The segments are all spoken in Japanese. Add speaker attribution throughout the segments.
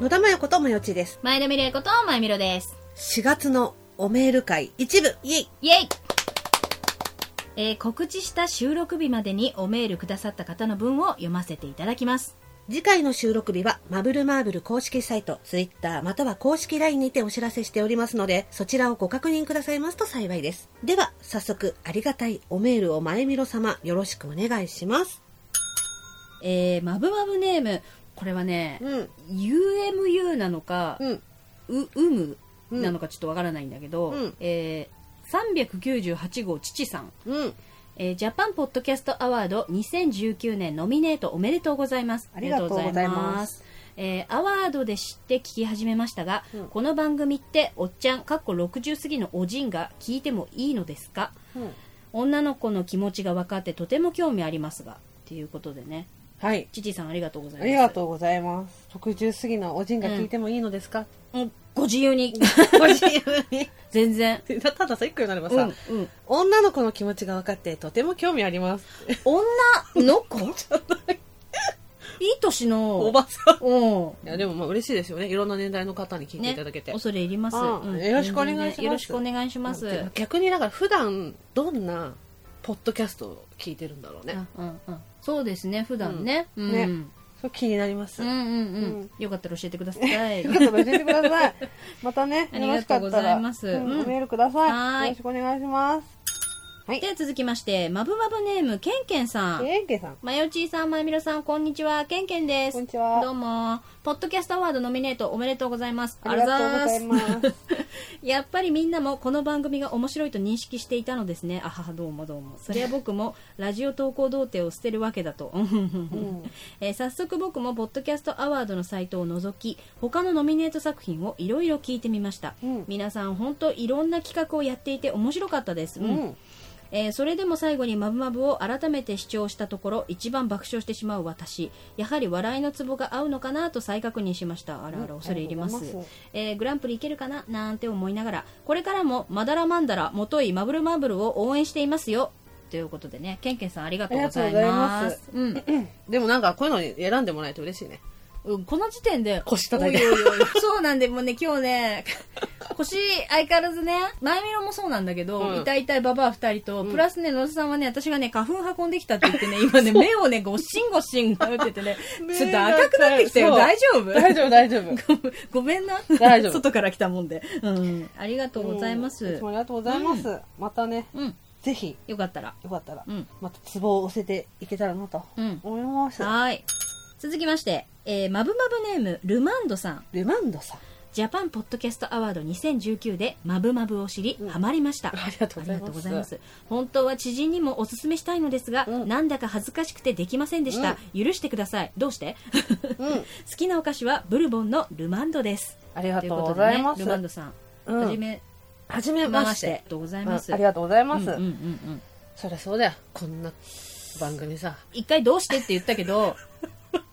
Speaker 1: 野田真代こともよちです。
Speaker 2: 前田美玲子と前みろです。
Speaker 1: 4月のおメール会一部、イエイ
Speaker 2: イェイえー告知した収録日までにおメールくださった方の文を読ませていただきます。
Speaker 1: 次回の収録日は、マブルマーブル公式サイト、ツイッターまたは公式 LINE にてお知らせしておりますので、そちらをご確認くださいますと幸いです。では、早速、ありがたいおメールを前みろ様、よろしくお願いします。
Speaker 2: えー、マブマブネーム、これはね、
Speaker 1: うん、
Speaker 2: UMU なのか、
Speaker 1: うん、
Speaker 2: う、うむ
Speaker 1: うん
Speaker 2: なのかちょっとわからないんだけど、
Speaker 1: うん
Speaker 2: えー、398号父さん、
Speaker 1: うん。
Speaker 2: えージャパンポッドキャストアワード2019年ノミネートおめでとうございます。
Speaker 1: ありがとうございます
Speaker 2: ありがとうございます。えーアワードで知って聞き始めましたが、
Speaker 1: うん
Speaker 2: この番組っておっちゃん、かっこ60過ぎのおじんが聞いてもいいのですか
Speaker 1: うん
Speaker 2: 女の子の気持ちが分かってとても興味ありますが。ということでね、
Speaker 1: はい。
Speaker 2: チチさんありがとうござい
Speaker 1: あ
Speaker 2: ます。
Speaker 1: りがとうございます。60過ぎのおじんが聞いてもいいの ですか、
Speaker 2: う。ん、ご自 由に、
Speaker 1: ご自由に。
Speaker 2: 全然。
Speaker 1: たたださ、一個になれば
Speaker 2: う
Speaker 1: さ、
Speaker 2: ん、うん。
Speaker 1: 女の子の気持ちが分かって、とても興味あります。
Speaker 2: 女の 子いい年の、
Speaker 1: おばさん。
Speaker 2: うん。
Speaker 1: いや、でもまあ嬉しいですよね。いろんな年代の方に聞いていただけて。
Speaker 2: 恐れ入ります、
Speaker 1: ああ
Speaker 2: うん
Speaker 1: よろしくお願いします
Speaker 2: 全然よろしくお願いします、
Speaker 1: で逆にだから普段どんなポッドキャストを聞いてるんだろうね。
Speaker 2: あうんうんそうですね普段ね,、うん
Speaker 1: ねそう気になります。
Speaker 2: うん
Speaker 1: よ
Speaker 2: うんうん
Speaker 1: うん
Speaker 2: よかったら教えてくだ さい
Speaker 1: かったら教えてください。 またね、
Speaker 2: あ
Speaker 1: よ
Speaker 2: り
Speaker 1: ろ
Speaker 2: が
Speaker 1: し
Speaker 2: と
Speaker 1: か
Speaker 2: う
Speaker 1: っ
Speaker 2: ご
Speaker 1: た
Speaker 2: ざ
Speaker 1: ら、
Speaker 2: います
Speaker 1: うん
Speaker 2: うん
Speaker 1: おメールくだ
Speaker 2: は
Speaker 1: さ
Speaker 2: ー
Speaker 1: い。
Speaker 2: い
Speaker 1: よろしくお願いします。
Speaker 2: では続きましてまぶまぶネームけんけんさん
Speaker 1: えんけさん。
Speaker 2: まよちーさんまゆみろさんこんにちはけんけんです
Speaker 1: こんにちは
Speaker 2: どうもポッドキャストアワードノミネートおめでとうございます
Speaker 1: ありがとうござい
Speaker 2: あらざー
Speaker 1: ます。
Speaker 2: すやっぱりみんなもこの番組が面白いと認識していたのですねあははどうもどうもそりゃ僕もラジオ投稿童貞を捨てるわけだとうんうんうん
Speaker 1: うん
Speaker 2: えー早速僕もポッドキャストアワードのサイトを覗き他のノミネート作品をいろいろ聞いてみました、
Speaker 1: うん
Speaker 2: 皆さん本当いろんな企画をやっていて面白かったです、
Speaker 1: う
Speaker 2: うん
Speaker 1: ん。
Speaker 2: えーそれでも最後に「まぶまぶ」を改めて視聴したところ一番爆笑してしまう私やはり笑いのツボが合うのかなと再確認しましたあらあら恐れ入ります,、
Speaker 1: ありがとうござい
Speaker 2: えーグランプリいけるかななんて思いながらこれからも「まだらまんだらもといまぶるまぶる」を応援していますよということでねけんけんさんありがとうござい
Speaker 1: あ
Speaker 2: ま
Speaker 1: りが
Speaker 2: す
Speaker 1: と
Speaker 2: うん
Speaker 1: でもなんかこういうの選んでもらえて嬉しいね。
Speaker 2: うん、この時点で
Speaker 1: 腰叩いて
Speaker 2: おおいおいそうなんでもうね今日ね腰相変わらずね前見ろもそうなんだけど、
Speaker 1: うん
Speaker 2: 痛い痛いババア2人と、
Speaker 1: ん
Speaker 2: プラスね野田さんはね私がね花粉運んできたって言ってね今 ね目をねごっしんごっしん打っててねちょっと赤くなってきたよ
Speaker 1: そう
Speaker 2: 大丈夫
Speaker 1: 大丈夫、大丈夫。
Speaker 2: ごめんな
Speaker 1: 大丈夫
Speaker 2: 外から来たもんで、うん、ありがとうござい
Speaker 1: う
Speaker 2: ま
Speaker 1: んい
Speaker 2: す
Speaker 1: つもありがとうございます。またね、
Speaker 2: うん
Speaker 1: ぜひ、
Speaker 2: よかったら
Speaker 1: よかったら、
Speaker 2: うん
Speaker 1: またツボを押せていけたらなと
Speaker 2: うん
Speaker 1: 思います。
Speaker 2: はい続きまして、えー、まぶまぶネームルマンドさん
Speaker 1: ルマンドさん。
Speaker 2: ジャパンポッドキャストアワード2019でマブマブを知り、
Speaker 1: うん
Speaker 2: ハマりました。
Speaker 1: ありがと
Speaker 2: あ
Speaker 1: うご
Speaker 2: り
Speaker 1: ざい
Speaker 2: が
Speaker 1: ます。
Speaker 2: とうございます。本当は知人にもおすすめしたいのですが、
Speaker 1: うん
Speaker 2: なんだか恥ずかしくてできませんでした。許してください。どうして
Speaker 1: うん、
Speaker 2: 好きなお菓子はブルボンのルマンドです。
Speaker 1: ありが
Speaker 2: という
Speaker 1: とう
Speaker 2: こ
Speaker 1: ご
Speaker 2: と
Speaker 1: ざ
Speaker 2: で
Speaker 1: い
Speaker 2: ね
Speaker 1: ま、す。
Speaker 2: ルマンドさん、
Speaker 1: うん
Speaker 2: はじめ
Speaker 1: はじめ
Speaker 2: ま
Speaker 1: ま
Speaker 2: し。
Speaker 1: して
Speaker 2: あ
Speaker 1: て
Speaker 2: り。がとうござい
Speaker 1: うん
Speaker 2: ます。
Speaker 1: ありがとうござい
Speaker 2: と
Speaker 1: ます。
Speaker 2: うんうんうんうん
Speaker 1: そりゃそうだよ。こんな番組さ。
Speaker 2: 一回どうしてって言った けど、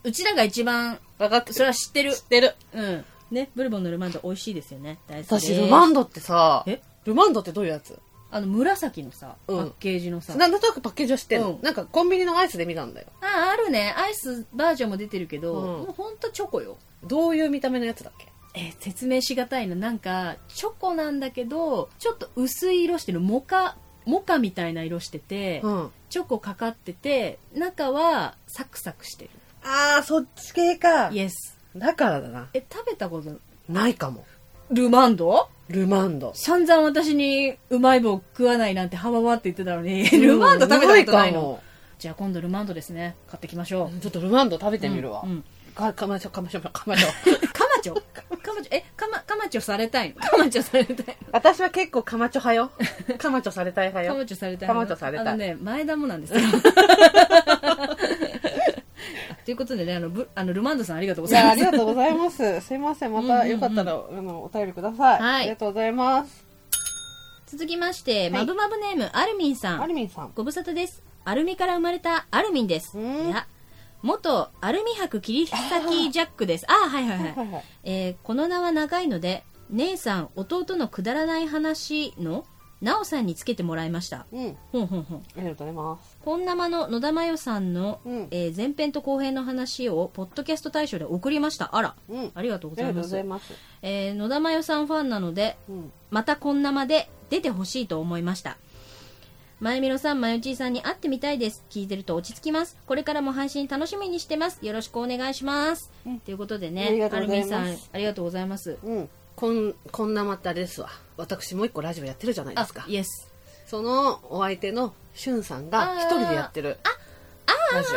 Speaker 2: うちらが一番、
Speaker 1: 分かって
Speaker 2: それは知ってる
Speaker 1: 知。ってる。
Speaker 2: うん。ね、ブルボンのルマンド美味しいですよね。大好きです。
Speaker 1: 私、ルマンドってさ
Speaker 2: え、
Speaker 1: ルマンドってどういうやつ
Speaker 2: あの、紫のさ、パ
Speaker 1: うん
Speaker 2: ッケージのさ、
Speaker 1: なんとなくパッケージを知ってんの、
Speaker 2: うん
Speaker 1: なんかコンビニのアイスで見たんだよ。
Speaker 2: ああるねアイスバージョンも出てるけど、
Speaker 1: うん
Speaker 2: もうほんとチョコよ
Speaker 1: どういう見た目のやつだっけ
Speaker 2: えー説明しがたいななんかチョコなんだけどちょっと薄い色してるモカモカみたいな色してて、
Speaker 1: ん。
Speaker 2: チョコかかってて中はサクサクしてる
Speaker 1: あー、そっち系か
Speaker 2: イエス
Speaker 1: だからだな。
Speaker 2: え食べたこと
Speaker 1: ないかも。
Speaker 2: ルマンド
Speaker 1: ルマンド。
Speaker 2: 散々私にうまい棒食わないなんてはわわって言ってたのに
Speaker 1: うん
Speaker 2: ルマンド食べたことない
Speaker 1: か
Speaker 2: の
Speaker 1: も
Speaker 2: じゃあ今度ルマンドですね買ってきましょう
Speaker 1: ちょっとルマンド食べてみるわ。
Speaker 2: うんうん
Speaker 1: か、かまちょ、かまちょ、かまちょ。
Speaker 2: カマチョ カマチョえカマカマチョされたいのカマチョされたいの
Speaker 1: 私は結構かまちょ派よ。かまちょされたい派
Speaker 2: カ
Speaker 1: よ。
Speaker 2: マチョされたい
Speaker 1: カマチョされたい
Speaker 2: あのね前田もなんですよ ということでねあのブあのルマンドさんありがとうご
Speaker 1: い
Speaker 2: ざい
Speaker 1: や、
Speaker 2: ま
Speaker 1: あ
Speaker 2: す
Speaker 1: りがとうございます。すいません。またよかったら、あの、お便りください。
Speaker 2: はい
Speaker 1: ありがとうございます。
Speaker 2: 続きまして
Speaker 1: い
Speaker 2: まぶまぶネームアルミンさ
Speaker 1: アル
Speaker 2: ん
Speaker 1: ミンさん。
Speaker 2: ご無沙汰ですアルミから生まれたアルミンです
Speaker 1: うん
Speaker 2: いや元アルミ箔切り裂きジャックですああはいはい はい
Speaker 1: はいはい。
Speaker 2: えーこの名は長いので姉さん弟のくだらない話のなおさんにつけてもらいました
Speaker 1: うん。あ
Speaker 2: ほんほんほん
Speaker 1: りがとうございます。
Speaker 2: 本生の野田真代さんの、
Speaker 1: うん
Speaker 2: えー前編と後編の話をポッドキャスト大賞で送りましたあら
Speaker 1: うん。あり
Speaker 2: ありがとうござ
Speaker 1: がと
Speaker 2: いう
Speaker 1: ご
Speaker 2: ます
Speaker 1: ざいます。
Speaker 2: えー野田真代さんファンなので
Speaker 1: うん。
Speaker 2: またこん生で出てほしいと思いましたまゆみろさんまゆちーさんに会ってみたいです聞いてると落ち着きますこれからも配信楽しみにしてますよろしくお願いします、
Speaker 1: うん
Speaker 2: ということで
Speaker 1: あり
Speaker 2: ね
Speaker 1: がと
Speaker 2: ア
Speaker 1: うご
Speaker 2: ル
Speaker 1: ざい
Speaker 2: ミン
Speaker 1: ます
Speaker 2: さんありがとうございます
Speaker 1: うん。こん、こんなまたあれですわ。私もう一個ラジオやってるじゃないですか
Speaker 2: あ。イエス
Speaker 1: そのお相手のしゅんさんが一人でやってるラジ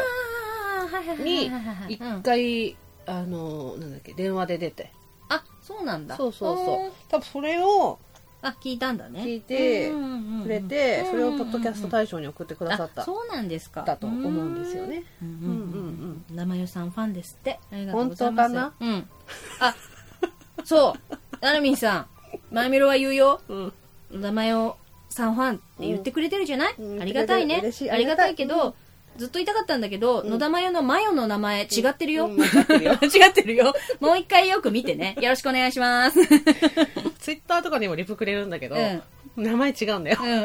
Speaker 2: あーはいはい
Speaker 1: オ
Speaker 2: はい
Speaker 1: に
Speaker 2: はいはいはい
Speaker 1: 一
Speaker 2: うん
Speaker 1: 回、あの、なんだっけ、電話で出て。
Speaker 2: あそうなんだ
Speaker 1: そうそう
Speaker 2: お
Speaker 1: そ
Speaker 2: ー
Speaker 1: う。多分それを
Speaker 2: あ聞いたんだね
Speaker 1: 聞いて
Speaker 2: うんうんうん
Speaker 1: くれて、それをポッドキャスト
Speaker 2: うんうんうん
Speaker 1: 大賞に送ってくださっ
Speaker 2: あ
Speaker 1: た。
Speaker 2: そうなんですか
Speaker 1: だと思うんですよね。
Speaker 2: うん
Speaker 1: う
Speaker 2: うんん
Speaker 1: う
Speaker 2: うんう
Speaker 1: ん
Speaker 2: ん生代さんファンですってありがとうございま
Speaker 1: 本
Speaker 2: す当かなうんあそうアルミンさんマイメロは言うよ
Speaker 1: うん。うん。
Speaker 2: 生代さんファンって言ってくれてるじゃない、
Speaker 1: うん
Speaker 2: ありがたいね
Speaker 1: 嬉しい
Speaker 2: ありがたいけど、ずっと言いたかったんだけど、野田真代のマヨの名前違ってるよ。
Speaker 1: うん間違ってるよ
Speaker 2: 違ってるよ。もう一回よく見てね。よろしくお願いします。
Speaker 1: ツイッターとかにもリプくれるんだけど、
Speaker 2: う
Speaker 1: 名前違うんだよ。
Speaker 2: うん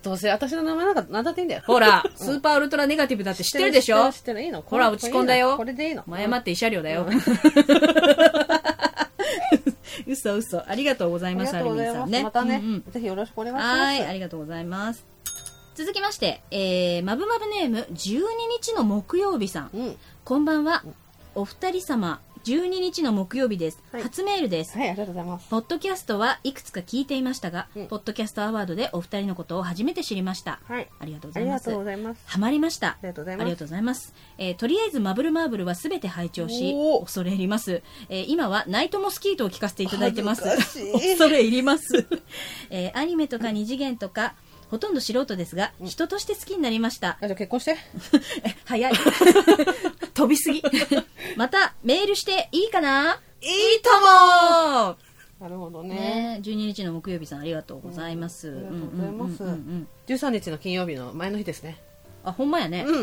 Speaker 1: どうせ私の名前なんか何だっていいんだよ。
Speaker 2: ほら、スーパーウルトラネガティブだって知ってるでしょ
Speaker 1: 知ってるいいの
Speaker 2: ほら落ち込んだよ
Speaker 1: これでいいの
Speaker 2: 前待って慰謝料だよ。嘘嘘。ありがとうござ
Speaker 1: あ
Speaker 2: い
Speaker 1: り
Speaker 2: ま
Speaker 1: が
Speaker 2: す、
Speaker 1: とうござい
Speaker 2: ア
Speaker 1: ま
Speaker 2: ルミンさん
Speaker 1: す。
Speaker 2: ね。
Speaker 1: またね、
Speaker 2: うんうん
Speaker 1: ぜひよろしくお願いします。
Speaker 2: はい、ありがとうございます。続きまして、えー、まぶまぶネーム、12日の木曜日さん。
Speaker 1: うん。
Speaker 2: こんばんは。お二人様、12日の木曜日です。
Speaker 1: はい
Speaker 2: 初メールです。
Speaker 1: はい、ありがとうございます。
Speaker 2: ポッドキャストはいくつか聞いていましたが、
Speaker 1: うん
Speaker 2: ポッドキャストアワードでお二人のことを初めて知りました。
Speaker 1: はい。
Speaker 2: ありがと
Speaker 1: あ
Speaker 2: うござい
Speaker 1: り
Speaker 2: ま
Speaker 1: が
Speaker 2: す
Speaker 1: とう。ございます。
Speaker 2: ハマりました
Speaker 1: あ。りがとうござい
Speaker 2: あ
Speaker 1: ま
Speaker 2: りが
Speaker 1: す。
Speaker 2: とうございます。えーとりあえず、マブルマーブルはすべて拝聴し
Speaker 1: お、ー
Speaker 2: 恐れ入ります。えー今は、ナイトモスキートを聞かせていただい てます。
Speaker 1: 恥ずかしい
Speaker 2: 恐れ入ります。えーアニメとか二次元とか、ほとんど素人ですが、人として好きになりました。
Speaker 1: あじゃあ結婚して。
Speaker 2: え早い。 飛びすぎ。 また、メールしていいかないいとも
Speaker 1: なるほどね。
Speaker 2: ね、12日の木曜日さんありがとうございます。
Speaker 1: うんありがとうございます
Speaker 2: うんうんうんうんうん
Speaker 1: 13日の金曜日の前の日ですね。
Speaker 2: あ、ほんまやね。
Speaker 1: うん
Speaker 2: うん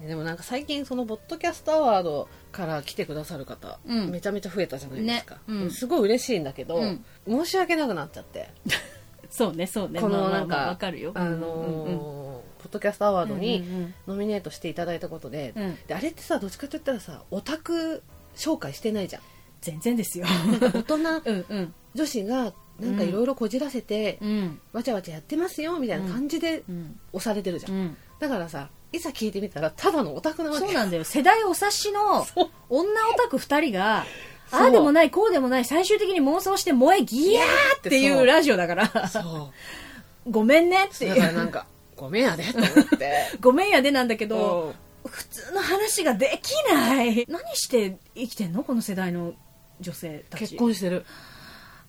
Speaker 2: うん
Speaker 1: でもなんか最近そのボッドキャストアワードから来てくださる方、
Speaker 2: うん
Speaker 1: めちゃめちゃ増えたじゃないですか、
Speaker 2: ねうん
Speaker 1: すごい嬉しいんだけど、
Speaker 2: うん
Speaker 1: 申し訳なくなっちゃって
Speaker 2: そうね、そうね。
Speaker 1: こ
Speaker 2: ま
Speaker 1: の
Speaker 2: あまあ
Speaker 1: なん
Speaker 2: まあわ
Speaker 1: か、
Speaker 2: かるよ。
Speaker 1: あ
Speaker 2: うんうんうん
Speaker 1: のーポッドキャストアワード
Speaker 2: うん
Speaker 1: に
Speaker 2: うんうん
Speaker 1: ノミネートしていただいたことで,、
Speaker 2: うん
Speaker 1: であれってさどっちかといったらさオタク紹介してないじゃん
Speaker 2: 全然ですよ。
Speaker 1: 大人
Speaker 2: うんうん
Speaker 1: 女子がなんかいろいろこじらせて、
Speaker 2: うん
Speaker 1: わちゃわちゃやってますよみたいな感じで
Speaker 2: うん
Speaker 1: 押されてるじゃん、
Speaker 2: うん。
Speaker 1: だからさいざ聞いてみたらただのオタクなわけ
Speaker 2: そうなんだよ。世代お察しの
Speaker 1: そう
Speaker 2: 女オタク二人が、
Speaker 1: そう
Speaker 2: ああでもない、こうでもない、最終的に妄想して萌えギヤーってい
Speaker 1: そうう
Speaker 2: ラジオだから、
Speaker 1: そう
Speaker 2: ごめんねって
Speaker 1: だ
Speaker 2: い
Speaker 1: から
Speaker 2: う。
Speaker 1: なんかごめんやでと思って
Speaker 2: ごめんやでなんだけど、
Speaker 1: と
Speaker 2: 普通の話ができない。何して生きてんのこの世代の女性た
Speaker 1: 結
Speaker 2: ち。
Speaker 1: 婚してる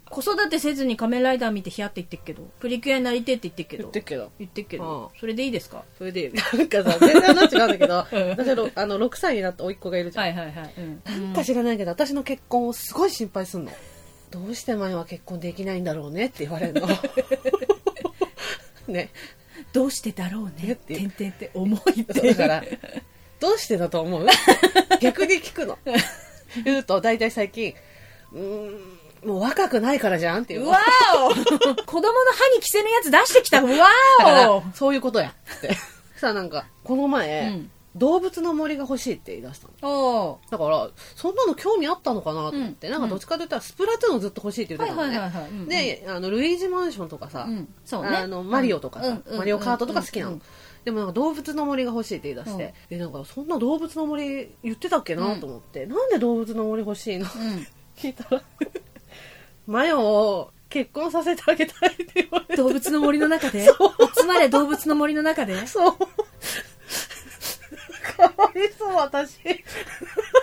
Speaker 2: 子育てせずに仮面ライダー見てヒヤって言ってっけど、プリキュアになりてえって言ってっけ
Speaker 1: 言っ
Speaker 2: ど
Speaker 1: て、るけど
Speaker 2: 言ってっけ
Speaker 1: あ
Speaker 2: ど
Speaker 1: あ、
Speaker 2: それでいいですか
Speaker 1: それでなんかさ全然話違 うんだけど
Speaker 2: うん
Speaker 1: 私のあの6歳になった甥っ子がいるじゃん、
Speaker 2: はいはいはい。うん
Speaker 1: なんか知らないけど私の結婚をすごい心配すんのどうして前は結婚できないんだろうねって言われる のね
Speaker 2: どうしてだろうね
Speaker 1: ね
Speaker 2: ってんてんって思いって
Speaker 1: だからどうしてだと思 う逆に聞くの言うと大体最近うーんもう若くないからじゃんっていうう
Speaker 2: わ お子供の歯に着せぬやつ出してきたわ
Speaker 1: だから
Speaker 2: お
Speaker 1: そういうことやって さあなんかこの前、
Speaker 2: うん
Speaker 1: 動物の森が欲しいって言い出したの
Speaker 2: お
Speaker 1: だからそんなの興味あったのかなと思って、
Speaker 2: うん
Speaker 1: なんかどっちかといったらスプラトゥーンをずっと欲しいって言ってたのね、
Speaker 2: はいはいはいはいうんうん
Speaker 1: であのルイージマンションとかさ、
Speaker 2: うんそうね
Speaker 1: あのマリオとかさ、
Speaker 2: うんうん
Speaker 1: マリオカートとか好きなの、
Speaker 2: うん
Speaker 1: でもなんか動物の森が欲しいって言い出して、えなんかそんな動物の森言ってたっけなと思って、なんで動物の森欲しいの
Speaker 2: うん
Speaker 1: 聞いたら マヨを結婚させてあげたいって言われて
Speaker 2: 動物の森の中でつまり動物の森の中で
Speaker 1: そう。かわいそう、私。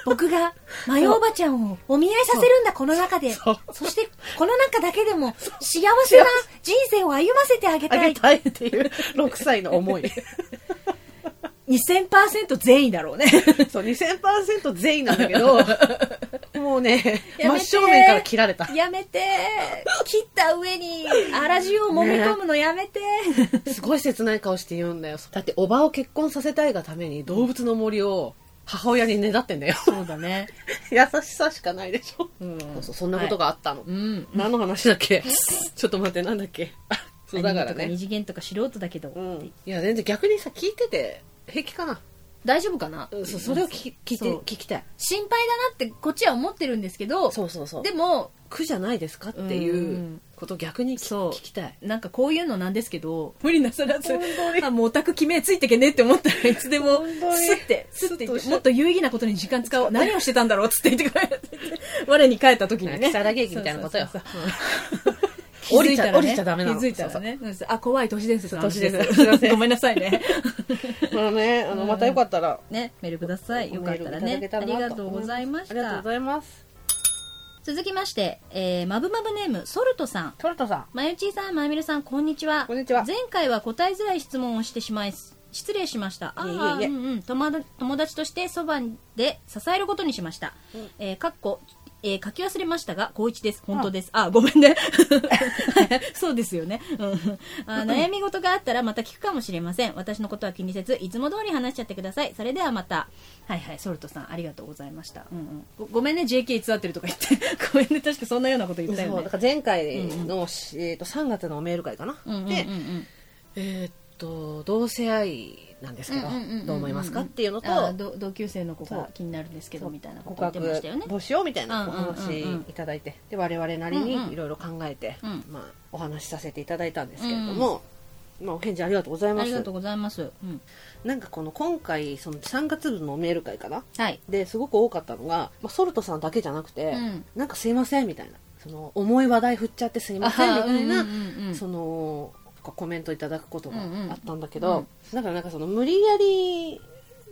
Speaker 2: 僕がマヨおばちゃんをお見合いさせるんだこの中で
Speaker 1: そう
Speaker 2: そしてこの中だけでも幸せな人生を歩ませてあげ
Speaker 1: あ
Speaker 2: た
Speaker 1: げ
Speaker 2: い
Speaker 1: たいっていう6歳の思い。
Speaker 2: 2000%善意だろうね
Speaker 1: そう、2000%全員なんだけど、もうね、
Speaker 2: や
Speaker 1: 真
Speaker 2: めて
Speaker 1: 正面から切られた。
Speaker 2: やめて切った上に粗塩を揉み込むのやめて、
Speaker 1: すごい切ない顔して言うんだよ。だって、おばを結婚させたいがために動物の森を母親にねだってんだよ。
Speaker 2: そうだね。
Speaker 1: 優しさしかないでしょ。
Speaker 2: うん
Speaker 1: そうそう、そんなことがあったの。
Speaker 2: うん
Speaker 1: 何の話だっけちょっと待って、なんだっけそう、だから
Speaker 2: アニメと二
Speaker 1: ね。
Speaker 2: 次元とか素人だけど、
Speaker 1: うん。いや、全然逆にさ、聞いてて、平気かな。
Speaker 2: 大丈夫かな、
Speaker 1: うん、そうそれを聞き聞いて、
Speaker 2: そう
Speaker 1: 聞きたい。
Speaker 2: 心配だなってこっちは思ってるんですけど
Speaker 1: そうそうそう。
Speaker 2: でも
Speaker 1: 苦じゃないですかって
Speaker 2: うんう
Speaker 1: いうんことを逆に聞き
Speaker 2: そう
Speaker 1: 聞きたい。
Speaker 2: なんかこういうのなんですけど無理なさら ず
Speaker 1: 本当に
Speaker 2: あもうオタク決めついてけねって思ったらいつでも
Speaker 1: 本当に
Speaker 2: スッてスッて言
Speaker 1: スッと
Speaker 2: っ
Speaker 1: してて
Speaker 2: もっと有意義なことに時間使おう何をしてたんだろうっつって言ってくれる我に帰った時にね
Speaker 1: 木更木駅みたいなことよ
Speaker 2: そうそうそう
Speaker 1: うん
Speaker 2: 気づいたら ね
Speaker 1: 降りちゃ降りちゃダメなの
Speaker 2: 気づいたらねうんあ怖い都市伝説の話
Speaker 1: 都市伝説すいません
Speaker 2: ごめんなさいね
Speaker 1: まあね、あの、またよかったら。
Speaker 2: ねメールくださいよかったら
Speaker 1: メール
Speaker 2: ね
Speaker 1: いただ
Speaker 2: あ
Speaker 1: けた
Speaker 2: り
Speaker 1: らな
Speaker 2: がとうございまし
Speaker 1: ありがとう
Speaker 2: た
Speaker 1: ございます。
Speaker 2: 続きまして、えー、まぶまぶネームソルトさん
Speaker 1: トルトさん。
Speaker 2: まゆちーさんまゆみるさんこんにちは
Speaker 1: こんにちは
Speaker 2: 前回は答えづらい質問をしてしまい失礼しましたああ
Speaker 1: いえいえいえ
Speaker 2: うんうん友達友達としてそばで支えることにしました、
Speaker 1: うん
Speaker 2: えーかっこえー書き忘れましたが、高一です。本当です。あごめんね。 はいそうですよね、うんあ。悩み事があったらまた聞くかもしれません。私のことは気にせず、いつも通り話しちゃってください。それではまた。はいはい、ソルトさん、ありがとうございました。うんうん、ごごめんね、JK 偽ってるとか言って。 ごめんね、確かそんなようなこと言ったよね。
Speaker 1: そうだから前回の、しえー、と3月のメール会かな、
Speaker 2: うんうんうんうん
Speaker 1: で、えーっと同性愛なんですけど、
Speaker 2: うんうんうんうん
Speaker 1: どう思いますかっていうのと
Speaker 2: あーど同級生の子
Speaker 1: そ
Speaker 2: が
Speaker 1: う
Speaker 2: 気になるんですけどみたいなこ
Speaker 1: 告
Speaker 2: と言
Speaker 1: 白
Speaker 2: ってましたよね
Speaker 1: 募集をみたいなお
Speaker 2: うんうんうんう
Speaker 1: 話
Speaker 2: ん
Speaker 1: いただいてで我々なり
Speaker 2: うんうん
Speaker 1: にいろいろ考えて、
Speaker 2: うん
Speaker 1: まあ、お話しさせていただいたんですけれども、まあ、お返事ありがとうござい
Speaker 2: あ
Speaker 1: ま
Speaker 2: りが
Speaker 1: す
Speaker 2: とうございます、うん、
Speaker 1: なんかこの今回その3月分のメール会かな
Speaker 2: はい
Speaker 1: ですごく多かったのが、まあ、ソルトさんだけじゃなくて、
Speaker 2: うん
Speaker 1: なんかすいませんみたいなその重い話題振っちゃってすいませんみたいな、
Speaker 2: あーうんうんうんうん
Speaker 1: そのコメントいただくことがあったんだけ
Speaker 2: うんうん
Speaker 1: ど、だからなんかその無理やり